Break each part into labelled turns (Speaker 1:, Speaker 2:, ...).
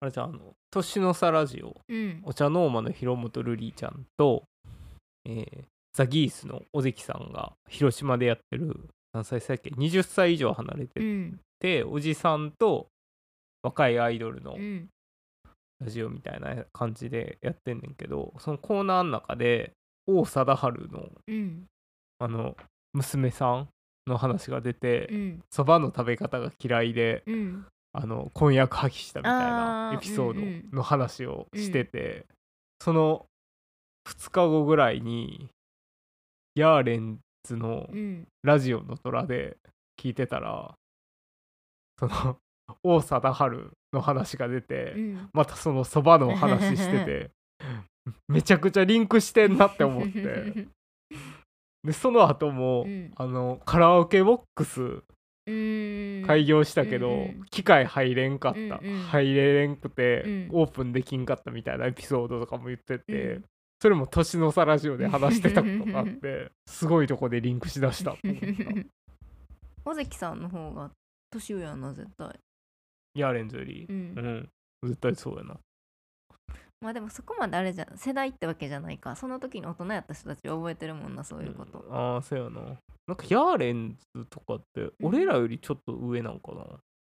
Speaker 1: あれじゃんあの年の差ラジオ
Speaker 2: うん
Speaker 1: お茶ノーマの広本瑠璃ちゃんと、えーザギースの尾関さんが広島でやってる何歳でしたっけ20歳以上離れ
Speaker 2: う
Speaker 1: て
Speaker 2: ん
Speaker 1: て、おじさんと若いアイドルの
Speaker 2: うん
Speaker 1: ラジオみたいな感じでやってんねんけどそのコーナーの中で王貞治の
Speaker 2: うん
Speaker 1: あの娘さんの話が出て
Speaker 2: うん
Speaker 1: そば、蕎麦の食べ方が嫌いで
Speaker 2: うん
Speaker 1: あの婚約破棄したみたいな
Speaker 2: あー
Speaker 1: エピソ
Speaker 2: うんう
Speaker 1: ー
Speaker 2: ん
Speaker 1: ドの話をしてて、その2日後ぐらいにヤーレンズの
Speaker 2: うん
Speaker 1: ラジオの虎で聞いてたらその王貞治の話が出て、
Speaker 2: うん
Speaker 1: またそのそばの話してて めちゃくちゃリンクしてんなって思 ってでその後も、
Speaker 2: うん
Speaker 1: あのカラオケボックス
Speaker 2: うん
Speaker 1: 開業したけど、
Speaker 2: うんうん
Speaker 1: 機械入れんかった、
Speaker 2: うんうん
Speaker 1: 入れれんくて、
Speaker 2: うん
Speaker 1: オープンできんかったみたいなエピソードとかも言ってて、
Speaker 2: うん
Speaker 1: それも年の差ラジオで話してたことがあって すごいとこでリンクしだしたと思った
Speaker 2: 尾関さんの方が年上やな絶対
Speaker 1: ヤーレンズより
Speaker 2: う、ん
Speaker 1: うん、絶対そうやな
Speaker 2: まあでもそこまであれじゃん世代ってわけじゃないかその時に大人やった人たちは覚えてるもんなそういうこと、
Speaker 1: うんああそうやななんかヤーレンズとかって俺らよりちょっと上なんかな、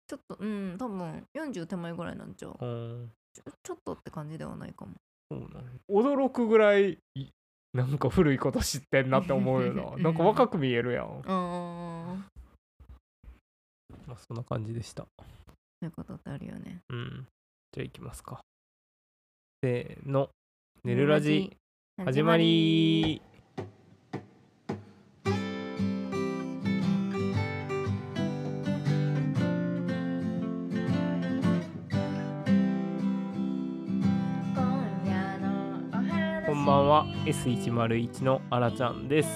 Speaker 2: ちょっとうん多分40手前ぐらいなんちゃう
Speaker 1: うん、
Speaker 2: ちょちょっとって感じではないかも
Speaker 1: そうなの驚くぐらいいなんか古いこと知ってんなって思うよ
Speaker 2: う
Speaker 1: なんなんか若く見えるやん、
Speaker 2: ああ
Speaker 1: まあ、そんな感じでした
Speaker 2: そういうことってあるよね
Speaker 1: うん。じゃあ行きますか。せーの。寝るラジ始まり
Speaker 2: 今夜のお話
Speaker 1: こんばんは S101 のあらちゃんです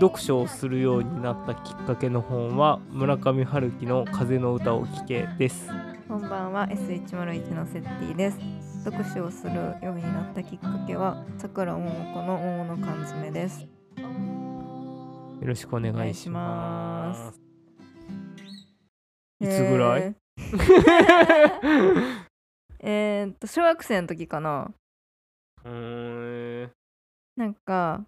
Speaker 1: 読書をするようになったきっかけの本は村上春樹の風の歌を聴けです
Speaker 2: こんばんは S101 のセッティです読書をするようになったきっかけはさくらももこの桃の缶詰です
Speaker 1: よろしくお願いしま
Speaker 2: お願いします
Speaker 1: いつぐらい
Speaker 2: えーえーっと小学生の時かな
Speaker 1: うーん
Speaker 2: なんか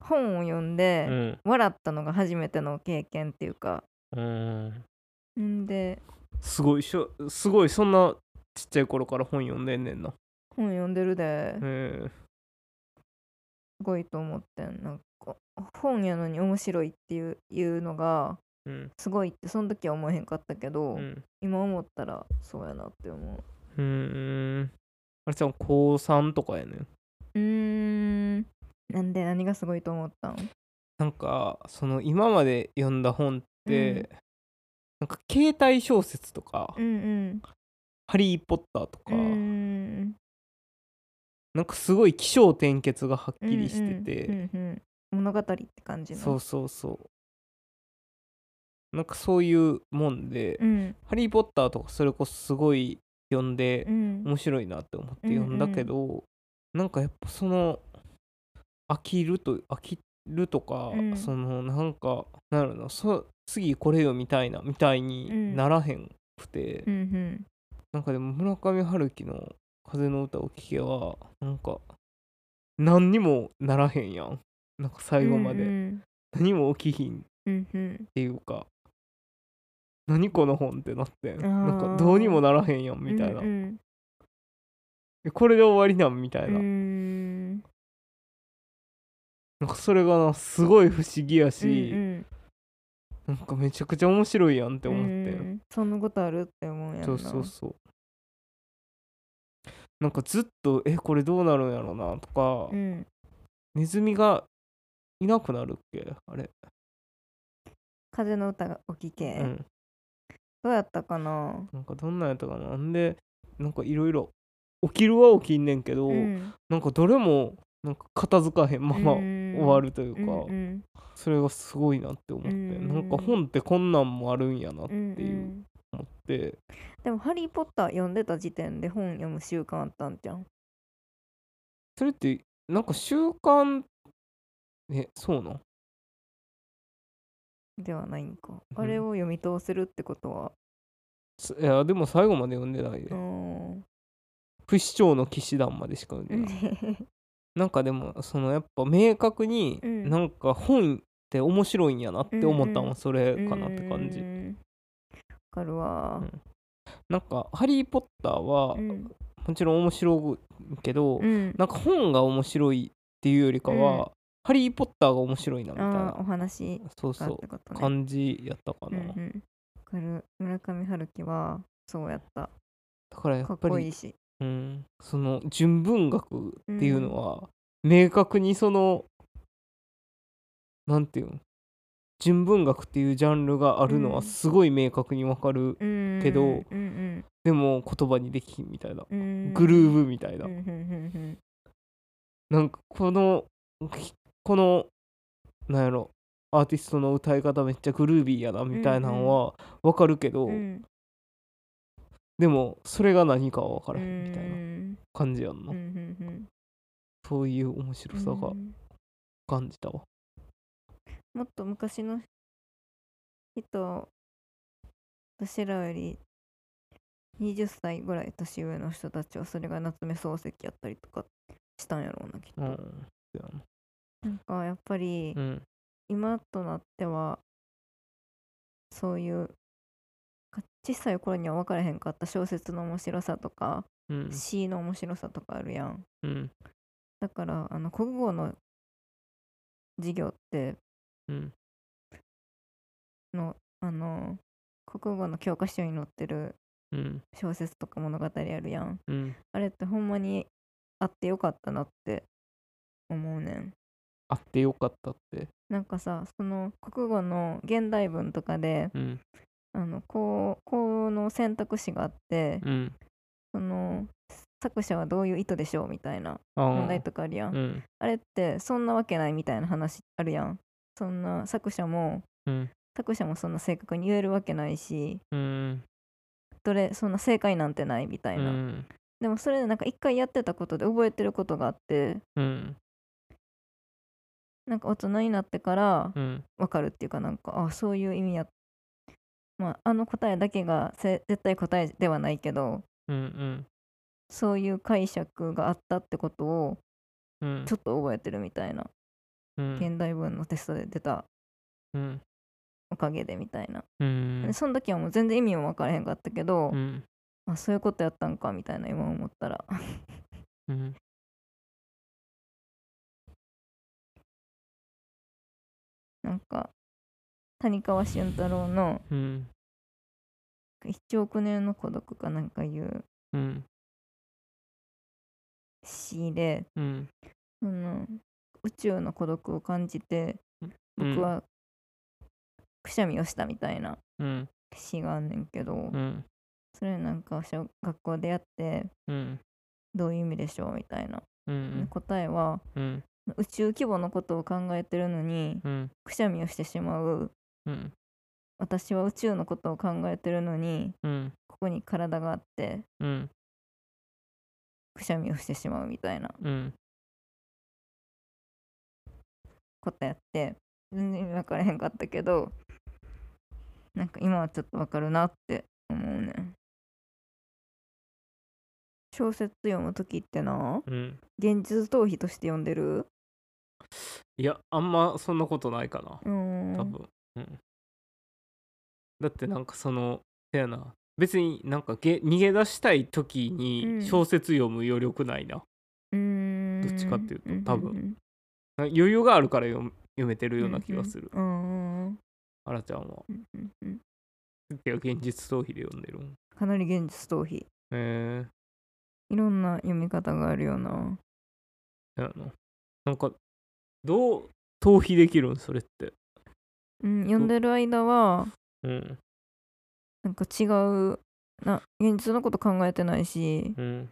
Speaker 2: 本を読んで、
Speaker 1: うん
Speaker 2: 笑ったのが初めての経験っていうか
Speaker 1: うん
Speaker 2: んです
Speaker 1: ごいしょすごいそんなちっちゃい頃から本読んでんねんな
Speaker 2: 本読んでるで
Speaker 1: うん
Speaker 2: すごいと思ってんなんか本やのに面白いっていういうのが
Speaker 1: うん
Speaker 2: すごいってその時は思えへんかったけど、
Speaker 1: うん
Speaker 2: 今思ったらそうやなって思う
Speaker 1: うーんあれちゃん高3とかやねん
Speaker 2: うーんなんで何がすごいと思ったん
Speaker 1: なんかその今まで読んだ本って、なんか携帯小説とか「
Speaker 2: うん
Speaker 1: ハリー・ポッター」と
Speaker 2: う
Speaker 1: か、
Speaker 2: んうん
Speaker 1: なんかすごい起承転結がはっきりしてて、
Speaker 2: うんうんうんうん物語って感じの
Speaker 1: そうそうそうなんかそういうもんで「
Speaker 2: うん
Speaker 1: ハリー・ポッター」とかそれこそすごい読んで
Speaker 2: うん
Speaker 1: 面白いなって思って読んだけど、なんかやっぱその飽きると飽きるとか、
Speaker 2: うん
Speaker 1: そのなんかなるのそ次これ読みたいなみたいにならへんくて、
Speaker 2: うんうん
Speaker 1: なんかでも村上春樹の「風の歌を聴け」はなんか何にもならへんやんなんか最後まで、
Speaker 2: うん
Speaker 1: 何も起きひんっ
Speaker 2: うんうん
Speaker 1: ていうか何この本ってなってん
Speaker 2: ー
Speaker 1: なんかどうにもならへんやんみたいな、
Speaker 2: うんうん
Speaker 1: えこれで終わりなんみたいな、
Speaker 2: うん
Speaker 1: なんかそれがなすごい不思議やし、
Speaker 2: うん
Speaker 1: なんかめちゃくちゃ面白いやんって
Speaker 2: うん、
Speaker 1: 思って、
Speaker 2: うんそんなことあるって思うやんな
Speaker 1: そうそうそうなんかずっとえこれどうなるんやろうなとか、
Speaker 2: うん、
Speaker 1: ネズミがいなくなるっけあれ、
Speaker 2: 風の歌がお聞け、
Speaker 1: うん
Speaker 2: どうやったかな
Speaker 1: なんかどんなんやったかななんでなんかいろいろ起きるは起きんねんけど、
Speaker 2: うん
Speaker 1: なんかどれもなんか片付かへんまま終
Speaker 2: 終
Speaker 1: わるというか、
Speaker 2: うん
Speaker 1: それがすごいなって思って、
Speaker 2: うん
Speaker 1: なんか本ってこんなんもあるんやなっ
Speaker 2: うんうん
Speaker 1: ていう
Speaker 2: うん
Speaker 1: 思って、
Speaker 2: でも「ハリー・ポッター」読んでた時点で本読む習慣あったんじゃん
Speaker 1: それってなんか習慣えそうなん
Speaker 2: ではないんか、
Speaker 1: うん
Speaker 2: あれを読み通せるってことは
Speaker 1: すいやでも最後まで読んでないで、
Speaker 2: うーん
Speaker 1: 副市長の騎士団までしか読んでないなんかでもそのやっぱ明確に
Speaker 2: うん
Speaker 1: なんか本って面白いんやなって思ったの
Speaker 2: うん
Speaker 1: はそれかなって感じ、
Speaker 2: わかるわ
Speaker 1: なんか「ハリー・ポッター」は
Speaker 2: うん
Speaker 1: もちろん面白いけど、
Speaker 2: うん
Speaker 1: なんか本が面白いっていうよりかは「
Speaker 2: うん
Speaker 1: ハリー・ポッター」が面白いなみたい
Speaker 2: あーお
Speaker 1: な
Speaker 2: 話
Speaker 1: そう
Speaker 2: があっ
Speaker 1: そ
Speaker 2: てこと
Speaker 1: う
Speaker 2: ね
Speaker 1: 感じやったか
Speaker 2: うん
Speaker 1: な、
Speaker 2: うんわかる村上春樹はそうやった
Speaker 1: だからや
Speaker 2: か
Speaker 1: っ
Speaker 2: っ
Speaker 1: ぱ
Speaker 2: こ
Speaker 1: り
Speaker 2: いいし
Speaker 1: うん、その純文学っていうのは、明確にそのなんていうの純文学っていうジャンルがあるの
Speaker 2: う
Speaker 1: は
Speaker 2: ん
Speaker 1: すごい明確にわかる、
Speaker 2: け
Speaker 1: けど
Speaker 2: うんうん
Speaker 1: でも言葉にできひんみたいな、
Speaker 2: うん、
Speaker 1: グルー
Speaker 2: ヴ
Speaker 1: ヴみたいな、
Speaker 2: うんうんうん
Speaker 1: なんかこのきこのなんやろアーティストの歌い方めっちゃグルービーやなみたいなのはわかるけど、
Speaker 2: うんうん
Speaker 1: でもそれが何かは分か
Speaker 2: う
Speaker 1: らへん
Speaker 2: ん
Speaker 1: みたいな
Speaker 2: うん
Speaker 1: 感じやんな、
Speaker 2: うんうん
Speaker 1: そういう面
Speaker 2: う
Speaker 1: 白
Speaker 2: ん
Speaker 1: さが
Speaker 2: うん
Speaker 1: 感じたわ、
Speaker 2: もっと昔の人私らより20歳ぐらい年上の人たちはそれが夏目漱石やったりとかしたんやろうなきっと、
Speaker 1: うんそうやな
Speaker 2: なんかやっぱり
Speaker 1: うん
Speaker 2: 今となってはそういうか小さい頃には分からへんかった小説の面白さとか、
Speaker 1: うん
Speaker 2: 詩の面白さとかあるやん
Speaker 1: うん
Speaker 2: だからあの国語の授業って
Speaker 1: うん
Speaker 2: のあの国語の教科書に載ってる
Speaker 1: うん
Speaker 2: 小説とか物語あるやん
Speaker 1: うん
Speaker 2: あれってほんまにあってよかったなって思うねん
Speaker 1: あってよかったって
Speaker 2: なんかさその国語の現代文とかで
Speaker 1: うん
Speaker 2: あのこうこの選択肢があって
Speaker 1: うん
Speaker 2: その作者はどういう意図でしょうみたいな
Speaker 1: あー
Speaker 2: 問題とかあるやん、
Speaker 1: うん
Speaker 2: あれってそんなわけないみたいな話あるやんそんな作者も
Speaker 1: うん
Speaker 2: 作者もそんな正確に言えるわけないし
Speaker 1: うん
Speaker 2: どれそんな正解なんてないみた
Speaker 1: う
Speaker 2: いな、
Speaker 1: ん
Speaker 2: でもそれでなんか一回やってたことで覚えてることがあって
Speaker 1: うん
Speaker 2: なんか大人になってから
Speaker 1: うん
Speaker 2: わかるっていうかなんかあそういう意味やまああの答えだけがせ絶対答えではないけど
Speaker 1: うん
Speaker 2: そういう解釈があったってことを
Speaker 1: うん
Speaker 2: ちょっと覚えてるみたいな、
Speaker 1: うん
Speaker 2: 現代文のテストで出た
Speaker 1: うん
Speaker 2: おかげでみたいな、
Speaker 1: うん
Speaker 2: でその時はもう全然意味も分からへんかったけど、
Speaker 1: うん
Speaker 2: あそういうことやったんかみたいな今思ったら
Speaker 1: うん
Speaker 2: なんか谷川俊太郎の
Speaker 1: うん
Speaker 2: 「1億年の孤独」かなんかいう
Speaker 1: うん
Speaker 2: 詩で
Speaker 1: うん
Speaker 2: その宇宙の孤独を感じて
Speaker 1: うん
Speaker 2: 僕はくしゃみをしたみたいな
Speaker 1: うん
Speaker 2: 詩があんねんけど、
Speaker 1: うん
Speaker 2: それなんか小学校でやって
Speaker 1: うん
Speaker 2: どういう意味でしょうみたいな、
Speaker 1: うん
Speaker 2: 答えは
Speaker 1: うん
Speaker 2: 宇宙規模のことを考えてるのに
Speaker 1: うん
Speaker 2: くしゃみをしてしまう
Speaker 1: うん
Speaker 2: 私は宇宙のことを考えてるのに
Speaker 1: うん
Speaker 2: ここに体があって
Speaker 1: うん
Speaker 2: くしゃみをしてしまうみたいな
Speaker 1: うん
Speaker 2: ことやって全然分からへんかったけどなんか今はちょっと分かるなって思うねん小説読む時ってな
Speaker 1: うん
Speaker 2: 現実逃避として読んでる
Speaker 1: いやあんまそんなことないかな
Speaker 2: うーん
Speaker 1: 多分、うん、だってなんかそのせやな別になんかげ逃げ出したい時
Speaker 2: うん
Speaker 1: に小説読む余力ないな、
Speaker 2: うーん
Speaker 1: どっちかっていうと多分
Speaker 2: ん
Speaker 1: なんか余裕があるから読む読めてるような気がする、
Speaker 2: うんうん
Speaker 1: あらちゃんは
Speaker 2: うんうんうん
Speaker 1: いや現実逃避で読んでるん
Speaker 2: かなり現実逃避
Speaker 1: へ
Speaker 2: いろんな読み方があるよな
Speaker 1: えー、やななんかどう逃避できるんそれって
Speaker 2: うん読んでる間は
Speaker 1: うん
Speaker 2: なんか違うな現実のこと考えてないし
Speaker 1: うん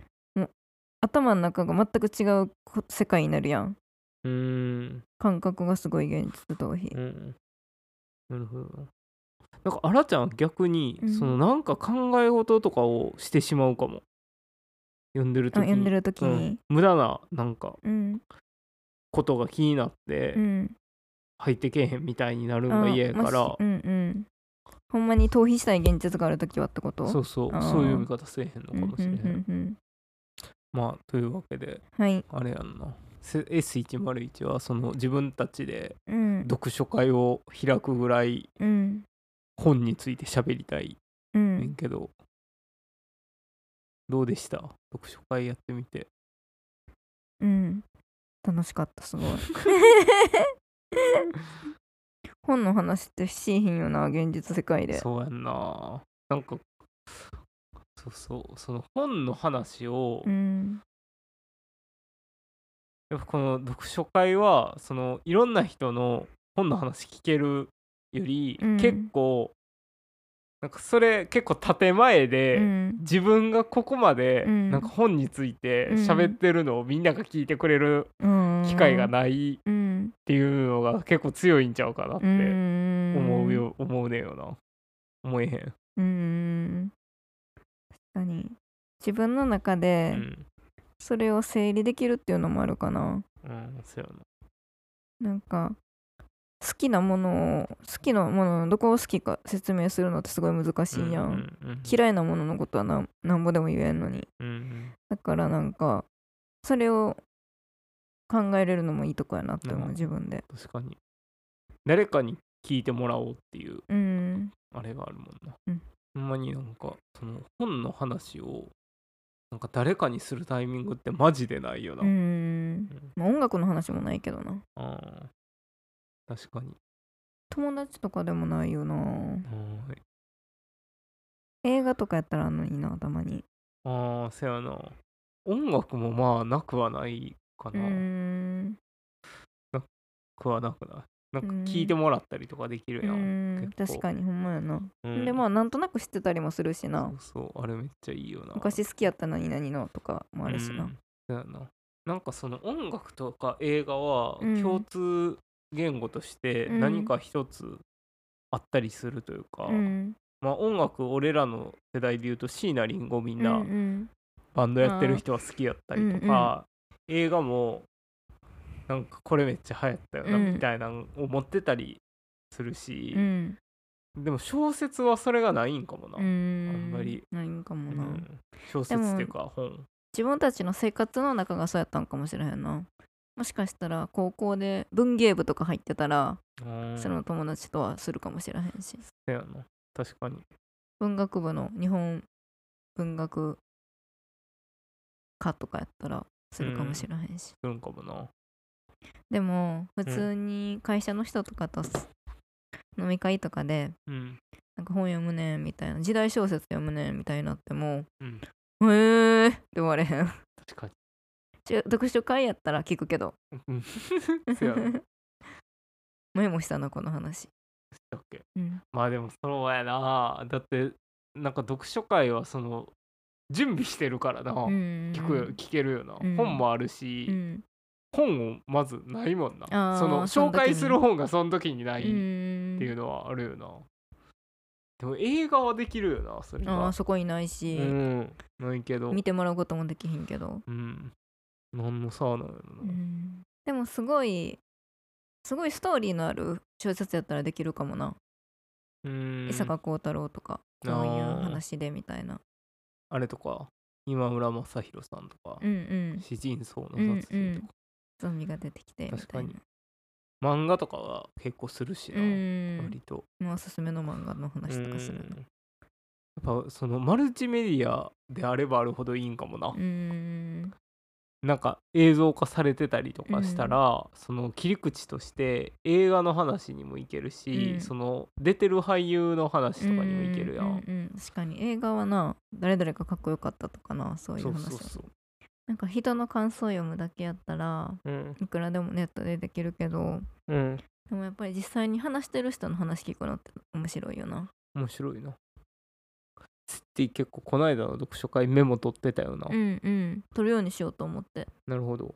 Speaker 2: 頭の中が全く違うこ世界になるやん
Speaker 1: うーん
Speaker 2: 感覚がすごい現実逃避
Speaker 1: うんなるほどななんかあらちゃんは逆に、
Speaker 2: うん
Speaker 1: そのなんか考え事とかをしてしまうかも読んでる
Speaker 2: あ
Speaker 1: 時
Speaker 2: 読んで
Speaker 1: に
Speaker 2: る時に
Speaker 1: うん無駄ななんか
Speaker 2: うん
Speaker 1: ことが気になって
Speaker 2: うん
Speaker 1: 入ってけえへんみたいになるの
Speaker 2: あ
Speaker 1: が嫌やか
Speaker 2: も
Speaker 1: ら
Speaker 2: しうんうんほんまに逃避したい現実がある時はってこと
Speaker 1: そうそう
Speaker 2: あー
Speaker 1: そういう見方せえへんのか
Speaker 2: うん
Speaker 1: もしれへ
Speaker 2: うんんうん
Speaker 1: まあというわけで
Speaker 2: はい。
Speaker 1: あれやんなせ S101 はその自分たちで
Speaker 2: うん。
Speaker 1: 読書会を開くぐらい
Speaker 2: うん。
Speaker 1: 本について喋りたい
Speaker 2: うん
Speaker 1: ねん。けど、どうでした読書会やってみて
Speaker 2: うん。楽しかっ た、すごい。本の話ってしいひんよな、現実世界で。
Speaker 1: そうやんななんかそうそうその本の話を、
Speaker 2: うん。
Speaker 1: やっぱこの読書会はそのいろんな人の本の話聞けるより、
Speaker 2: うん
Speaker 1: 結構なんかそれ結構建前で、
Speaker 2: うん。
Speaker 1: 自分がここまで
Speaker 2: うん
Speaker 1: なんか本について喋ってるのをみんなが聞いてくれる
Speaker 2: うん。
Speaker 1: 機会がないっ
Speaker 2: うん。
Speaker 1: ていうのが結構強いんちゃうかなっ
Speaker 2: う
Speaker 1: て
Speaker 2: ん。
Speaker 1: 思うよ、思うねんよな思えへん、
Speaker 2: うん。確かに。自分の中
Speaker 1: う
Speaker 2: で
Speaker 1: ん
Speaker 2: それを整理できるっていうのもあるかな。
Speaker 1: うん、そうやな
Speaker 2: なんか好きなものを好きなもののどこを好きか説明するのってすごい難しいやん。
Speaker 1: うんうんうん
Speaker 2: 嫌いなもののことはなんなんぼでも言えんのに。
Speaker 1: うん
Speaker 2: だからなんかそれを考えれるのもいいとこやなって思
Speaker 1: う
Speaker 2: うん自分で。
Speaker 1: うん確かに誰かに聞いてもらおうっていう
Speaker 2: うん。
Speaker 1: あれがあるもんな、
Speaker 2: うん
Speaker 1: ほんまになんかその本の話をなんか誰かにするタイミングってマジでないよな、
Speaker 2: うん
Speaker 1: ん。
Speaker 2: まあ音楽の話もないけどな。
Speaker 1: あー確かに
Speaker 2: 友達とかでもないよな。
Speaker 1: はーい
Speaker 2: 映画とかやったらあんのになたまに。
Speaker 1: ああせやな音楽もまあなくはないか
Speaker 2: う。
Speaker 1: な、なんくはなくないなんか
Speaker 2: うん
Speaker 1: 聞いてもらったりとかできる
Speaker 2: う
Speaker 1: やん、
Speaker 2: ん
Speaker 1: 結構
Speaker 2: 確かにほんまやな。
Speaker 1: うん
Speaker 2: でまあなんとなく知ってたりもするしな。
Speaker 1: そうそうあれめっちゃいいよな
Speaker 2: 昔好きやった何々のとかもあるし
Speaker 1: う。
Speaker 2: なん
Speaker 1: そうやななんかその音楽とか映画は
Speaker 2: うん
Speaker 1: 共通言語として
Speaker 2: うん
Speaker 1: 何か一つあったりするというか、
Speaker 2: うん。
Speaker 1: まあ音楽俺らの世代で言うと椎名林檎みん
Speaker 2: う
Speaker 1: なん
Speaker 2: うん
Speaker 1: バンドやってる人は好きやったりとか、映画もなんかこれめっちゃ流行ったよな
Speaker 2: うん
Speaker 1: みたいなのを持ってたりするし
Speaker 2: う、ん。
Speaker 1: でも小説はそれがないんかもな、
Speaker 2: うん。あ
Speaker 1: んまり。
Speaker 2: ないんか
Speaker 1: う
Speaker 2: もな。
Speaker 1: ん小説っていうか本
Speaker 2: 自分たちの生活の中がそうやったんかもしれへんな。もしかしたら高校で文芸部とか入ってたら、
Speaker 1: うん
Speaker 2: その友達とはするかもしれへん
Speaker 1: そ
Speaker 2: し
Speaker 1: うやな確かに
Speaker 2: 文学部の日本文学科とかやったらするかもしれへんし、
Speaker 1: するんかもな
Speaker 2: でも普通に会社の人とかとす飲み会とかで
Speaker 1: うん
Speaker 2: なんか本読むねんみたいな時代小説読むねんみたいになっても
Speaker 1: うん
Speaker 2: 「へえ」って言われへん
Speaker 1: 確かに
Speaker 2: ちょ読書会やったら聞くけど
Speaker 1: うん。そうやな。
Speaker 2: メモしたなこの話、
Speaker 1: だっけ
Speaker 2: うん、
Speaker 1: まあでもそうやな。だってなんか読書会はその準備してるからな。聞
Speaker 2: 聞
Speaker 1: くよ聞けるよな、
Speaker 2: うん
Speaker 1: 本もあるし、
Speaker 2: うん
Speaker 1: 本をまずないもんな
Speaker 2: あー
Speaker 1: その
Speaker 2: そ
Speaker 1: 紹
Speaker 2: の時に
Speaker 1: 介する本がその時にな
Speaker 2: う
Speaker 1: いって
Speaker 2: ん
Speaker 1: いうのはあるよな、でも映画はできるよなそれ
Speaker 2: あ
Speaker 1: が
Speaker 2: あそこいないし、
Speaker 1: うんないけど
Speaker 2: 見てもらうこともできひんけど、
Speaker 1: うん何のさなのよ
Speaker 2: う
Speaker 1: な、
Speaker 2: ん、でもすごいすごいストーリーのある小説やったらできるかもな、
Speaker 1: うん、
Speaker 2: 伊坂幸太郎とか
Speaker 1: あー
Speaker 2: そういう話でみたいな
Speaker 1: あれとか今村雅弘さんとか、
Speaker 2: うんうん
Speaker 1: 詩人層の殺人とか、
Speaker 2: ゾンビが出てきてみ
Speaker 1: 確
Speaker 2: た
Speaker 1: か
Speaker 2: い
Speaker 1: に
Speaker 2: な
Speaker 1: 漫画とかは結構するし
Speaker 2: う
Speaker 1: な、
Speaker 2: ん
Speaker 1: 割と
Speaker 2: まあおすすめの漫画の話とかする
Speaker 1: うんやっぱそのマルチメディアであればあるほどいいんかもな、
Speaker 2: のうん
Speaker 1: なんか映像化されてたりとかしたら、その切り口として映画の話にもいけるし、
Speaker 2: うん
Speaker 1: その出てる俳優の話とかにもいけるやん、
Speaker 2: うんうんうん確かに映画はな誰々がかっこよかったとかなそういう
Speaker 1: そう
Speaker 2: 話
Speaker 1: そう
Speaker 2: は
Speaker 1: そう
Speaker 2: なんか人の感想読むだけやったら
Speaker 1: うん
Speaker 2: いくらでもネットでできるけど
Speaker 1: うん
Speaker 2: でもやっぱり実際に話してる人の話聞くのって面白いよな
Speaker 1: 面白いなツッティ結構こないだの読書会メモ取ってたよな、
Speaker 2: うんうん撮るようにしようと思って
Speaker 1: なるほど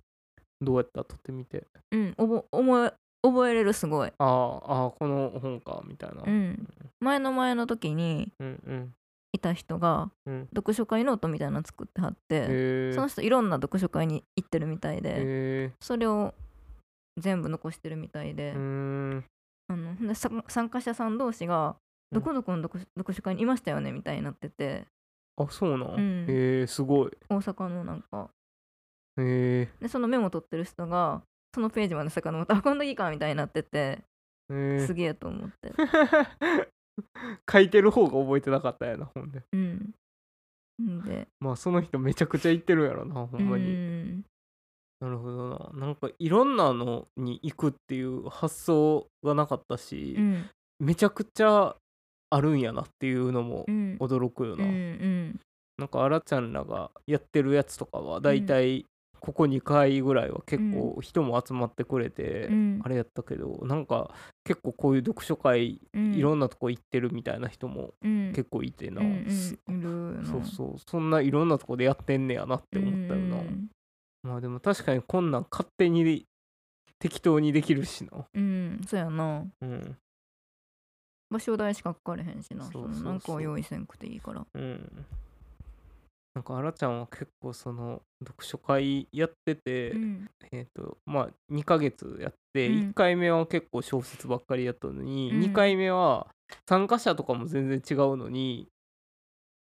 Speaker 1: どうやった取ってみて
Speaker 2: うんおぼ覚え覚えれるすごい
Speaker 1: あーあーこの本かみたいな、
Speaker 2: うん前の前の時に
Speaker 1: うんうん
Speaker 2: いた人が
Speaker 1: うん
Speaker 2: 読書会ノートみたいなの作ってはって、
Speaker 1: へえ
Speaker 2: その人いろんな読書会に行ってるみたいで、
Speaker 1: へ
Speaker 2: それを全部残してるみたい
Speaker 1: え
Speaker 2: で
Speaker 1: うー、ん
Speaker 2: あのほんでさ参加者さん同士が「
Speaker 1: うん
Speaker 2: どこどこの読書読書会にいましたよね」みたいになってて
Speaker 1: あそうなん、
Speaker 2: うん
Speaker 1: へえすごい
Speaker 2: 大阪のなんか
Speaker 1: へ
Speaker 2: でそのメモ取ってる人がそのページまで遡ってあこの時かみたいになってて
Speaker 1: えへ
Speaker 2: すげえと思って
Speaker 1: え 書いてる方が覚えてなかったやなほんで
Speaker 2: うんんで
Speaker 1: まあその人めちゃくちゃ言ってるやろなほんまに、
Speaker 2: うん
Speaker 1: なるほどななんかいろんなのに行くっていう発想がなかったし
Speaker 2: う、ん
Speaker 1: めちゃくちゃあるんやなっていうのも
Speaker 2: うん
Speaker 1: 驚くよ
Speaker 2: う
Speaker 1: な、
Speaker 2: ん
Speaker 1: なんかあらちゃんらがやってるやつとかはだいたいここ2回ぐらいは結構人も集まってくれて、
Speaker 2: うん
Speaker 1: あれやったけどなんか結構こういう読書会
Speaker 2: うん
Speaker 1: いろんなとこ行ってるみたいな人も
Speaker 2: うん
Speaker 1: 結構いてな、
Speaker 2: うん
Speaker 1: す
Speaker 2: うんいるの
Speaker 1: そうそうそんないろんなとこでやってんねやなって思ったよな、
Speaker 2: うん
Speaker 1: まあでも確かにこんなん勝手に適当にできるしな
Speaker 2: うんそうやな
Speaker 1: うん
Speaker 2: 場所代しかかかれへんしな
Speaker 1: そうそう
Speaker 2: そ
Speaker 1: そう
Speaker 2: のなんかを用意せんくていいから
Speaker 1: うんなんかあらちゃんは結構その読書会やってて、
Speaker 2: うん
Speaker 1: えーとまあ、2ヶ月やって、
Speaker 2: うん
Speaker 1: 1回目は結構小説ばっかりやったのに、
Speaker 2: うん
Speaker 1: 2回目は参加者とかも全然違うのに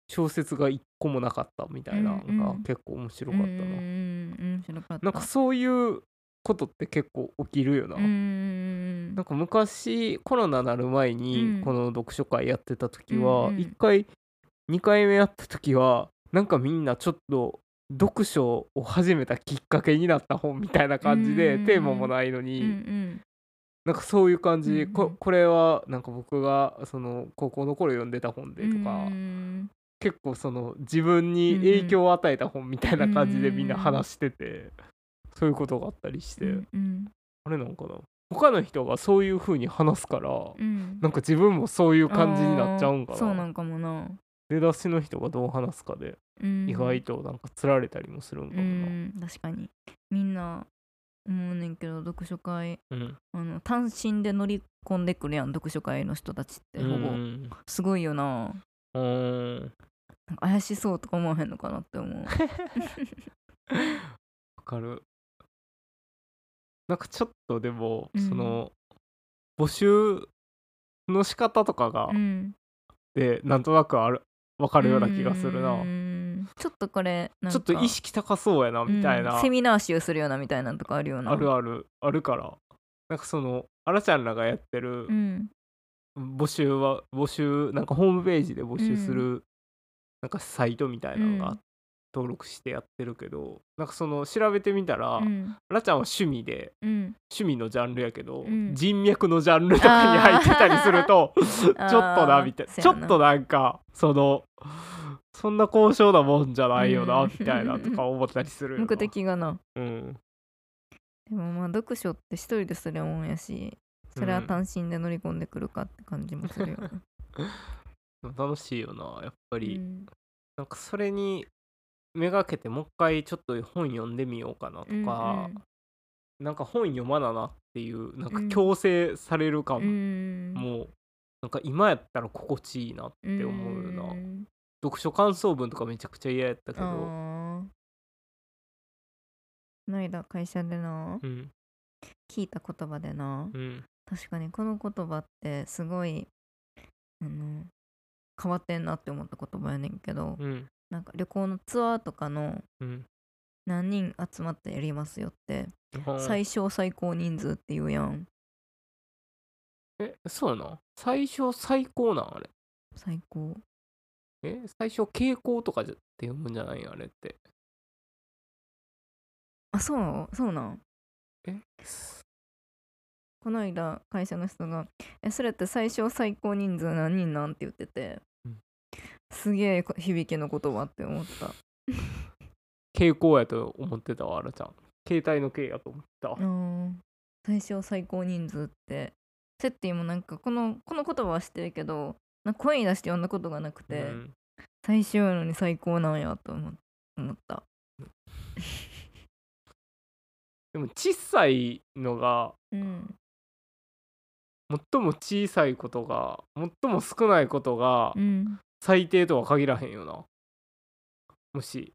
Speaker 1: 小説が1個もなかったみたいな
Speaker 2: うん
Speaker 1: の
Speaker 2: う
Speaker 1: が
Speaker 2: ん
Speaker 1: 結構面白
Speaker 2: う
Speaker 1: か
Speaker 2: ん
Speaker 1: っ
Speaker 2: う
Speaker 1: た
Speaker 2: ん
Speaker 1: な、
Speaker 2: うん面白かった
Speaker 1: なんかそういうことって結構起きるよな、
Speaker 2: うんうん
Speaker 1: なんか昔コロナなる前
Speaker 2: う
Speaker 1: に
Speaker 2: ん
Speaker 1: この読書会やってた時は、
Speaker 2: うんうん
Speaker 1: 1回2回目やった時はなんかみんなちょっと読書を始めたきっかけになった本みたいな感じで、
Speaker 2: うんうんうん
Speaker 1: テーマもないのに、
Speaker 2: うんうん
Speaker 1: なんかそういう感じ、
Speaker 2: うんうん
Speaker 1: ここれはなんか僕がその高校の頃読んでた本でとか、
Speaker 2: うん
Speaker 1: 結構その自分に影響を与えた本みたいな感じでみんな話してて、そういうことがあったりして、
Speaker 2: うんうん
Speaker 1: あれなんかな他の人がそういう風に話すから、
Speaker 2: うん
Speaker 1: なんか自分もそういう感じになっちゃうんか
Speaker 2: あーそうな
Speaker 1: なん
Speaker 2: かもな、
Speaker 1: 出だしの人がどう話すかで
Speaker 2: うん、
Speaker 1: 意外となんかつられたりもするんか
Speaker 2: う
Speaker 1: もな、
Speaker 2: ん確かにみんな思うねんけど読書会
Speaker 1: うん
Speaker 2: あの単身で乗り込んでくるやん読書会の人たちって
Speaker 1: う
Speaker 2: ほぼ、
Speaker 1: ん
Speaker 2: すごいよな
Speaker 1: うん
Speaker 2: なんか怪しそうとか思わへんのかなって思う
Speaker 1: わかる。なんかちょっとでも、
Speaker 2: うん
Speaker 1: その募集の仕方とかがあっ
Speaker 2: うん
Speaker 1: て、なんとなくあるわか
Speaker 2: あ
Speaker 1: るような気がするな。
Speaker 2: ちょっとこれなん
Speaker 1: ち
Speaker 2: か
Speaker 1: ょっと意識高そうやなみたいな、
Speaker 2: うんセミナー集するようなみたいなのとかあるような
Speaker 1: あるあるあるからなんかそのあらちゃんらがやってる
Speaker 2: うん
Speaker 1: 募集は募集なんかホームページで募集する、なんかサイトみたいなの
Speaker 2: う
Speaker 1: が
Speaker 2: ん
Speaker 1: 登録してやってるけど、なんかその調べてみたら、あ
Speaker 2: うん
Speaker 1: らちゃんは趣味で
Speaker 2: うん
Speaker 1: 趣味のジャンルやけど、
Speaker 2: うん
Speaker 1: 人脈のジャンルとかに入ってたりすると ちょっと
Speaker 2: あー
Speaker 1: なみたいなち
Speaker 2: そ
Speaker 1: ょ
Speaker 2: うやな
Speaker 1: っとなんかそのそんな高尚なもんじゃないよな、
Speaker 2: うん
Speaker 1: みたいなとか思ったりするよな
Speaker 2: 目的がな
Speaker 1: うん
Speaker 2: でもまあ読書って一人でするもんやしそれは単身で乗り込んでくるかって感じもす るよ、ね
Speaker 1: 楽しいよなやっぱ
Speaker 2: う
Speaker 1: り、
Speaker 2: ん、
Speaker 1: なんかそれにめがけてもう一回ちょっと本読んでみようかなとか、なんか本読まななっていうなんか
Speaker 2: うん
Speaker 1: 強制される
Speaker 2: うんう
Speaker 1: 感
Speaker 2: ん、
Speaker 1: も、なんか今やったら心地いいなって思うよな、
Speaker 2: ん
Speaker 1: 読書感想文とかめちゃくちゃ嫌やったけど、
Speaker 2: あーないだ会社でな
Speaker 1: うん
Speaker 2: 聞いた言葉でな
Speaker 1: うん
Speaker 2: 確かにこの言葉ってすごいあの変わってんなって思った言葉やねんけど
Speaker 1: うん
Speaker 2: なんか旅行のツアーとかの
Speaker 1: うん
Speaker 2: 何人集まってやりますよって
Speaker 1: あー
Speaker 2: 最小最高人数って言うやん
Speaker 1: えそうなん最初最高なんあれ
Speaker 2: 最高
Speaker 1: え最初傾向とかじゃって読むんじゃないあれって
Speaker 2: あそうそうなん
Speaker 1: え
Speaker 2: この間会社の人が「えそれって最小最高人数何人なん?」って言ってて、
Speaker 1: うん
Speaker 2: すげえ響きの言葉って思った
Speaker 1: 傾向やと思ってたわあらちゃん携帯の傾やと思ってたわ
Speaker 2: うん最小最高人数ってセッティもなんかこのこの言葉は知ってるけどなんか声に出して読んだことがなくて、
Speaker 1: うん
Speaker 2: 最小なのに最高なんやと思 思った
Speaker 1: でも小さいのが
Speaker 2: うん
Speaker 1: 最も小さいことが最も少ないことが
Speaker 2: うん
Speaker 1: 最低とは限らへんよなもし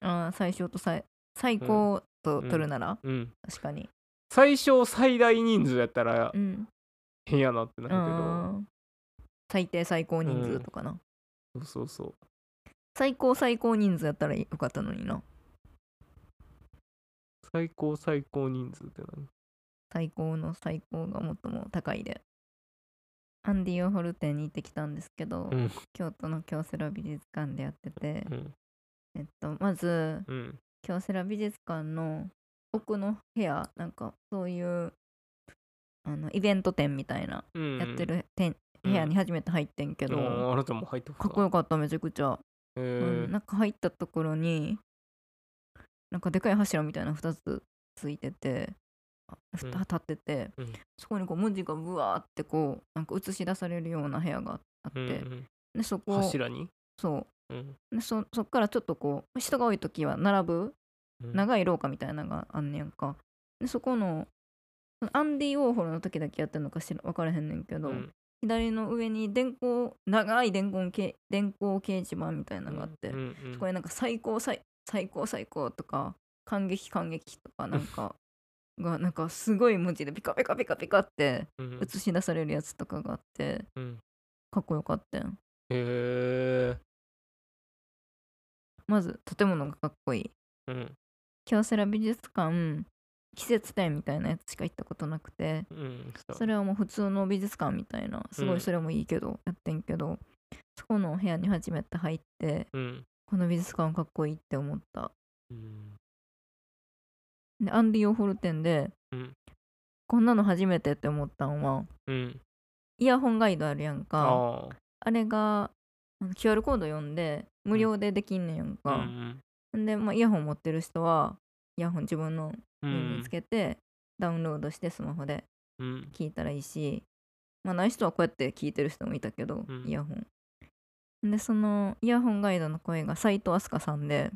Speaker 2: あー最小と最最高と取るなら、
Speaker 1: うん
Speaker 2: 確かに
Speaker 1: 最小最大人数やったら
Speaker 2: うん
Speaker 1: 変やなってなるけど、
Speaker 2: あー最低最高人数とかな、
Speaker 1: そうそうそう
Speaker 2: 最高最高人数やったらよかったのにな
Speaker 1: 最高最高人数って何
Speaker 2: 最高の最高が最も高いでアンディオホルテに行ってきたんですけど、
Speaker 1: うん
Speaker 2: 京都の京セラ美術館でやってて、
Speaker 1: うん
Speaker 2: えっと、まず
Speaker 1: うん
Speaker 2: 京セラ美術館の奥の部屋なんかそういうあのイベント展みたいな
Speaker 1: うん
Speaker 2: やってる展、部屋に初めて入ってんけ
Speaker 1: け
Speaker 2: ど、
Speaker 1: どあなたも入っとく
Speaker 2: かっこ
Speaker 1: よ
Speaker 2: よかっためちゃくちゃ、
Speaker 1: へ
Speaker 2: う
Speaker 1: え
Speaker 2: ん、なんか入ったところになんかでかい柱みたいな2つついててあふ
Speaker 1: うん
Speaker 2: た立ってて、
Speaker 1: うん
Speaker 2: そこにこう文字がブワーってこうなんか映し出されるような部屋があって、
Speaker 1: うんうん
Speaker 2: でそこ
Speaker 1: 柱に
Speaker 2: そう
Speaker 1: うん
Speaker 2: でそそっからちょっとこう人が多い時は並ぶ
Speaker 1: うん
Speaker 2: 長い廊下みたいなのがあんねやんかでそこのそのアンディ・ウォーホルの時だけやってんのか知ら分からへんねんけど、
Speaker 1: うん
Speaker 2: 左の上に電光長い電光け電光掲示板みたいなのがあって、
Speaker 1: うんうん
Speaker 2: そこになんか最高最最高最高とか感激感激とかなん かがなんかすごい文字でピカピカピカピカって
Speaker 1: うん
Speaker 2: 映し出されるやつとかがあって
Speaker 1: うん
Speaker 2: かっこよかったやん
Speaker 1: へえ
Speaker 2: まず建物がかっこいい
Speaker 1: うん
Speaker 2: 京セラ美術館季節展みたいなやつしか行ったことなくて
Speaker 1: うんう
Speaker 2: それはもう普通の美術館みたいなすご
Speaker 1: うん
Speaker 2: いそれもいいけど、やってんけどそこのお部屋に初めて入って
Speaker 1: うん
Speaker 2: この美術館かっこいいって思った
Speaker 1: うん
Speaker 2: でアンディ・オーホルテンで、
Speaker 1: うん
Speaker 2: こんなの初めてって思ったんは
Speaker 1: うん
Speaker 2: イヤホンガイドあるやんかあ
Speaker 1: あ
Speaker 2: れがあの QR コード読んで無料でできんねやん
Speaker 1: あ
Speaker 2: か、ん、で、まあ、イヤホン持ってる人はイヤホン自分の
Speaker 1: う
Speaker 2: 耳
Speaker 1: ん
Speaker 2: につけて、ダウンロードしてスマホで
Speaker 1: うん
Speaker 2: 聞いたらいいし、まあ、ない人はこうやって聞いてる人もいたけど、
Speaker 1: うん
Speaker 2: イヤホンでそのイヤホンガイドの声が斎藤飛鳥さんで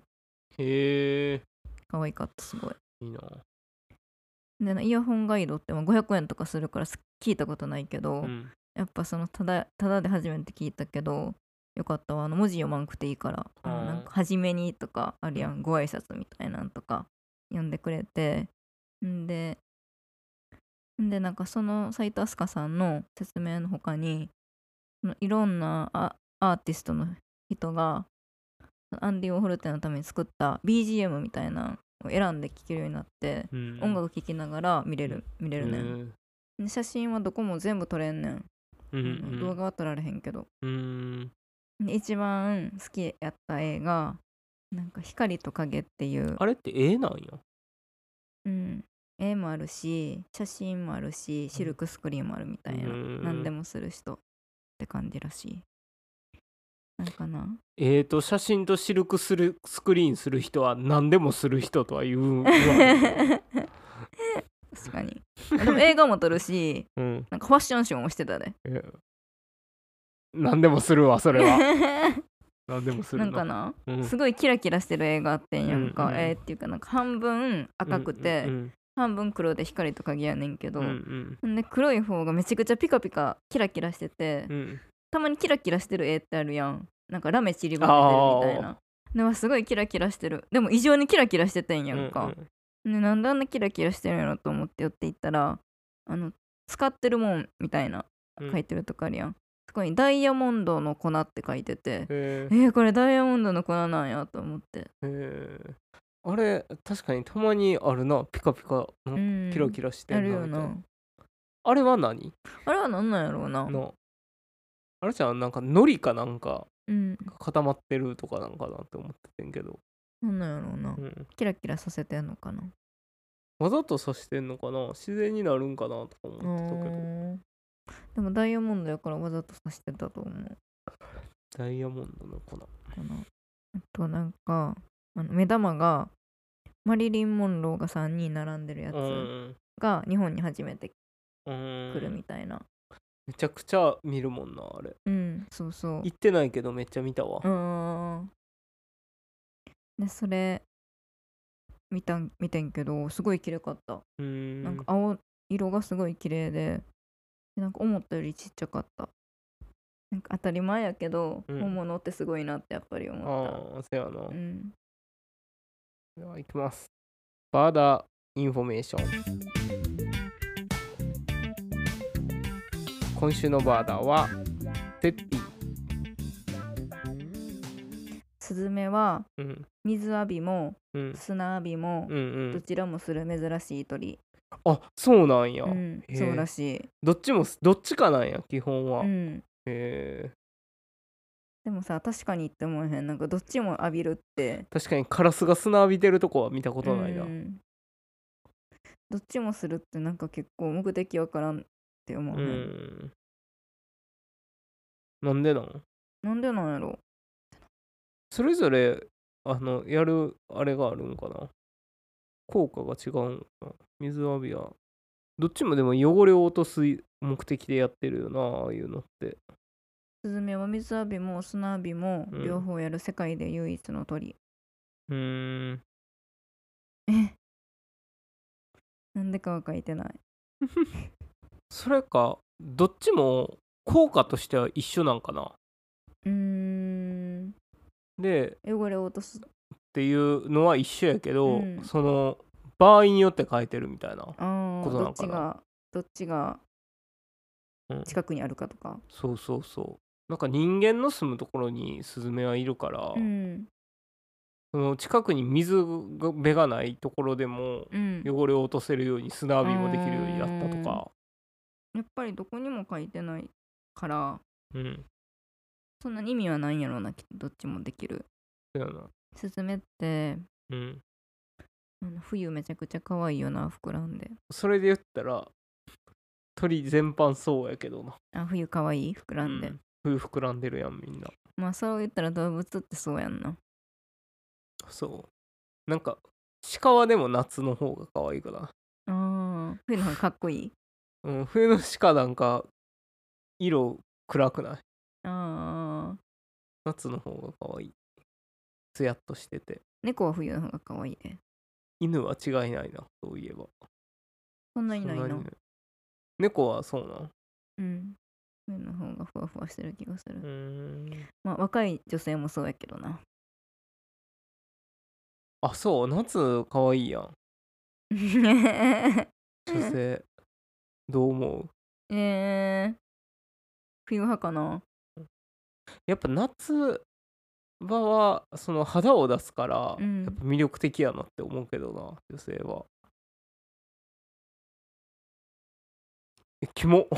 Speaker 1: へえ
Speaker 2: 可愛かったすごい
Speaker 1: いいな
Speaker 2: でなイヤホンガイドってまあ500円とかするからす聞いたことないけ
Speaker 1: う
Speaker 2: ど、
Speaker 1: ん
Speaker 2: やっぱそのただただで初めて聞いたけどよかったわあの文字読まんくていいから「あの
Speaker 1: うん
Speaker 2: なんか初めに」とかあるやんご挨拶みたいなんとか読んでくれてんでんでなんかその斉藤飛鳥さんの説明の他にそのいろんなアアーティストの人がアンディ・オーホルテのために作った BGM みたいなのを選んで聴けるようになって、
Speaker 1: うん
Speaker 2: 音楽聴きながら見れる見れるねん、
Speaker 1: うん
Speaker 2: で写真はどこも全部撮れんねん
Speaker 1: うん
Speaker 2: あ
Speaker 1: う
Speaker 2: の
Speaker 1: ん
Speaker 2: 動画は撮られへんけど、
Speaker 1: うん
Speaker 2: で一番好きやった映画なんか「光と影」っていう、
Speaker 1: あれって絵なんや
Speaker 2: うん、絵もあるし写真もあるしシルクスクリーンもあるみたいな、
Speaker 1: うん
Speaker 2: 何でもする人って感じらしいなんかな
Speaker 1: えーと写真とシルクするスクリーンする人は何でもする人とは言うわ
Speaker 2: 確かにでも映画も撮るし
Speaker 1: うん
Speaker 2: なんかファッションショーもしてたで
Speaker 1: えー何でもするわそれは何でもする
Speaker 2: なんかな、
Speaker 1: うん
Speaker 2: すごいキラキラしてる映画あってんやんか、
Speaker 1: うんうん
Speaker 2: えーっていうかなんか半分赤くて、
Speaker 1: うん
Speaker 2: 半分黒で光と影やねんけ
Speaker 1: う
Speaker 2: ど、
Speaker 1: んうん
Speaker 2: で黒い方がめちゃくちゃピカピカキラキラしてて、
Speaker 1: うんうん
Speaker 2: たまにキラキラしてる絵ってあるやんなんかラメ散りばめてるみたいなでもすごいキラキラしてるでも異常にキラキラしててんやんか、でなんであんなキラキラしてるんやろと思って寄っていったらあの使ってるもんみたいな
Speaker 1: うん
Speaker 2: 書いてるとこあるやん、そこにダイヤモンドの粉って書いてて、
Speaker 1: えー
Speaker 2: えー、これダイヤモンドの粉なんやと思って、
Speaker 1: えーあれ確かにたまにあるなピカピカ
Speaker 2: う
Speaker 1: の
Speaker 2: ん、
Speaker 1: キラキラして
Speaker 2: あ
Speaker 1: ん
Speaker 2: るよ
Speaker 1: みたい
Speaker 2: な
Speaker 1: あれは何
Speaker 2: あれはなんなんやろうな
Speaker 1: のあれじゃんなんか海苔かなんか
Speaker 2: うん
Speaker 1: 固まってるとかなんかなって思っててんけど、
Speaker 2: なんなんやろうな、
Speaker 1: うん、
Speaker 2: キラキラさせてんのかな
Speaker 1: わざと刺してんのかな自然になるんかなとか
Speaker 2: う
Speaker 1: 思ってたけど
Speaker 2: ーんでもダイヤモンドやからわざと刺してたと思う
Speaker 1: ダイヤモンドの粉
Speaker 2: かなあとなんかあの目玉がマリリン・モンローが3人並んでるや
Speaker 1: う
Speaker 2: つ
Speaker 1: ん
Speaker 2: が日本に初めて
Speaker 1: うん
Speaker 2: 来るみたいな
Speaker 1: めちゃくちゃ見るもんなあれ
Speaker 2: うん、そうそう
Speaker 1: 行ってないけどめっちゃ見たわ
Speaker 2: うーんでそれ見たん見てんけどすごい綺麗かった
Speaker 1: うーん
Speaker 2: なんか青色がすごい綺麗でなんか思ったよりちっちゃかったなんか当たり前やけど、
Speaker 1: うん
Speaker 2: 本物ってすごいなってやっぱり思っ
Speaker 1: ああせやな、
Speaker 2: たうん
Speaker 1: では行きますバーダーインフォメーション今週のバーダーはペッピー
Speaker 2: ススズメは
Speaker 1: うん
Speaker 2: 水浴びも
Speaker 1: うん
Speaker 2: 砂浴びも
Speaker 1: うんう
Speaker 2: ど
Speaker 1: ん
Speaker 2: ちらもする珍しい鳥、
Speaker 1: あそうなんや、
Speaker 2: うん
Speaker 1: へ、え
Speaker 2: そうらしい、
Speaker 1: どっちもどっちかなんや基本は、
Speaker 2: う
Speaker 1: へ
Speaker 2: ん、
Speaker 1: え
Speaker 2: でもさ確かにって思えへんなんかどっちも浴びるって
Speaker 1: 確かにカラスが砂浴びてるとこは見た ことないな、
Speaker 2: うんどっちもするってなんか結構目的わからんって思う、
Speaker 1: う
Speaker 2: ね
Speaker 1: ん。なんでなん
Speaker 2: なんでなんやろ
Speaker 1: それぞれ、あの、やるあれがあるんかな効果が違うんかな水浴びは。どっちもでも汚れを落とす目的でやってるよな、ああいうのって。
Speaker 2: スズメは水浴びも砂浴びも
Speaker 1: うん
Speaker 2: 両方やる世界で唯一の鳥、
Speaker 1: うーん。
Speaker 2: えなんでかは書いてない
Speaker 1: それか、どっちも効果としては一緒なんかな
Speaker 2: うーん
Speaker 1: で、っ
Speaker 2: 汚れを落とす
Speaker 1: ていうのは一緒やけど、
Speaker 2: うん
Speaker 1: その、場合によって変えてるみたいな。
Speaker 2: あー
Speaker 1: ことな
Speaker 2: ど
Speaker 1: の
Speaker 2: っち
Speaker 1: かな
Speaker 2: がどっちが
Speaker 1: うん
Speaker 2: 近くにあるかとか
Speaker 1: そうそうそう。なんか人間の住むところにスズメはいるから、
Speaker 2: うん
Speaker 1: その近くに水がべがないところでも
Speaker 2: うんや
Speaker 1: 汚れを落とせるように砂浴びもできるようになったとか、
Speaker 2: っぱりどこにも書いてないから
Speaker 1: うん、
Speaker 2: そんなに意味はないんやろうなきっとどっちもできる
Speaker 1: そうやな、
Speaker 2: スズメって
Speaker 1: うん、
Speaker 2: あの冬めちゃくちゃ可愛いよな膨らんで
Speaker 1: それで言ったら鳥全般そうやけどな、
Speaker 2: あ冬可愛い膨らんで、
Speaker 1: うん冬膨らんでるやんみんな
Speaker 2: まあそう言ったら動物ってそうやんな
Speaker 1: そうなんか鹿はでも夏の方が可愛いかな、
Speaker 2: ああ、冬の方がかっこいい。
Speaker 1: うん、冬の鹿なんか色暗くない
Speaker 2: ああ、
Speaker 1: 夏の方が可愛いつやっとしてて
Speaker 2: 猫は冬の方がかわいいね。
Speaker 1: 犬は違いないなそういえば
Speaker 2: そんないない
Speaker 1: そん
Speaker 2: な
Speaker 1: に。猫はそうなん
Speaker 2: うん。冬の方がふわふわしてる気がする。
Speaker 1: うーん
Speaker 2: まあ若い女性もそうやけど な。
Speaker 1: あそう夏かわいいやん女性どう思う
Speaker 2: えー、冬派かな。
Speaker 1: やっぱ夏場はその肌を出すから、
Speaker 2: うん
Speaker 1: やっぱ魅力的やなって思うけどな女性はえキ モ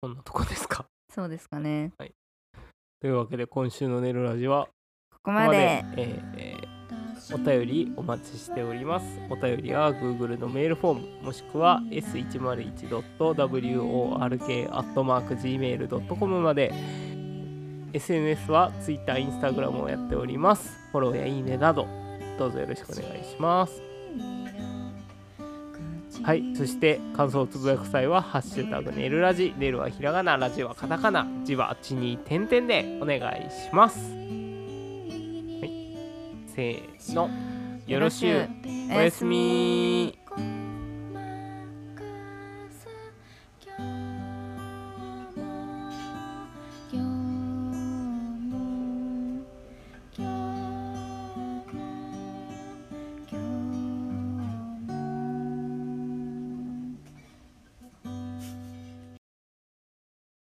Speaker 1: こんなとこですか
Speaker 2: そうですかね。
Speaker 1: というわけで今週の「寝るラジ」は
Speaker 2: ここまで。
Speaker 1: ここまでえーお便りお待ちしておりますお便りは Google のメールフォームもしくは s101.work.gmail.com まで SNS は Twitter、Instagram をやっておりますフォローやいいねなどどうぞよろしくお願いしますはいそして感想をつぶやく際は「ハッシュタグネルラジ」ネルはひらがなラジはカタカナ字はあっちに点々でお願いしますせーのよろしゅうおやすみ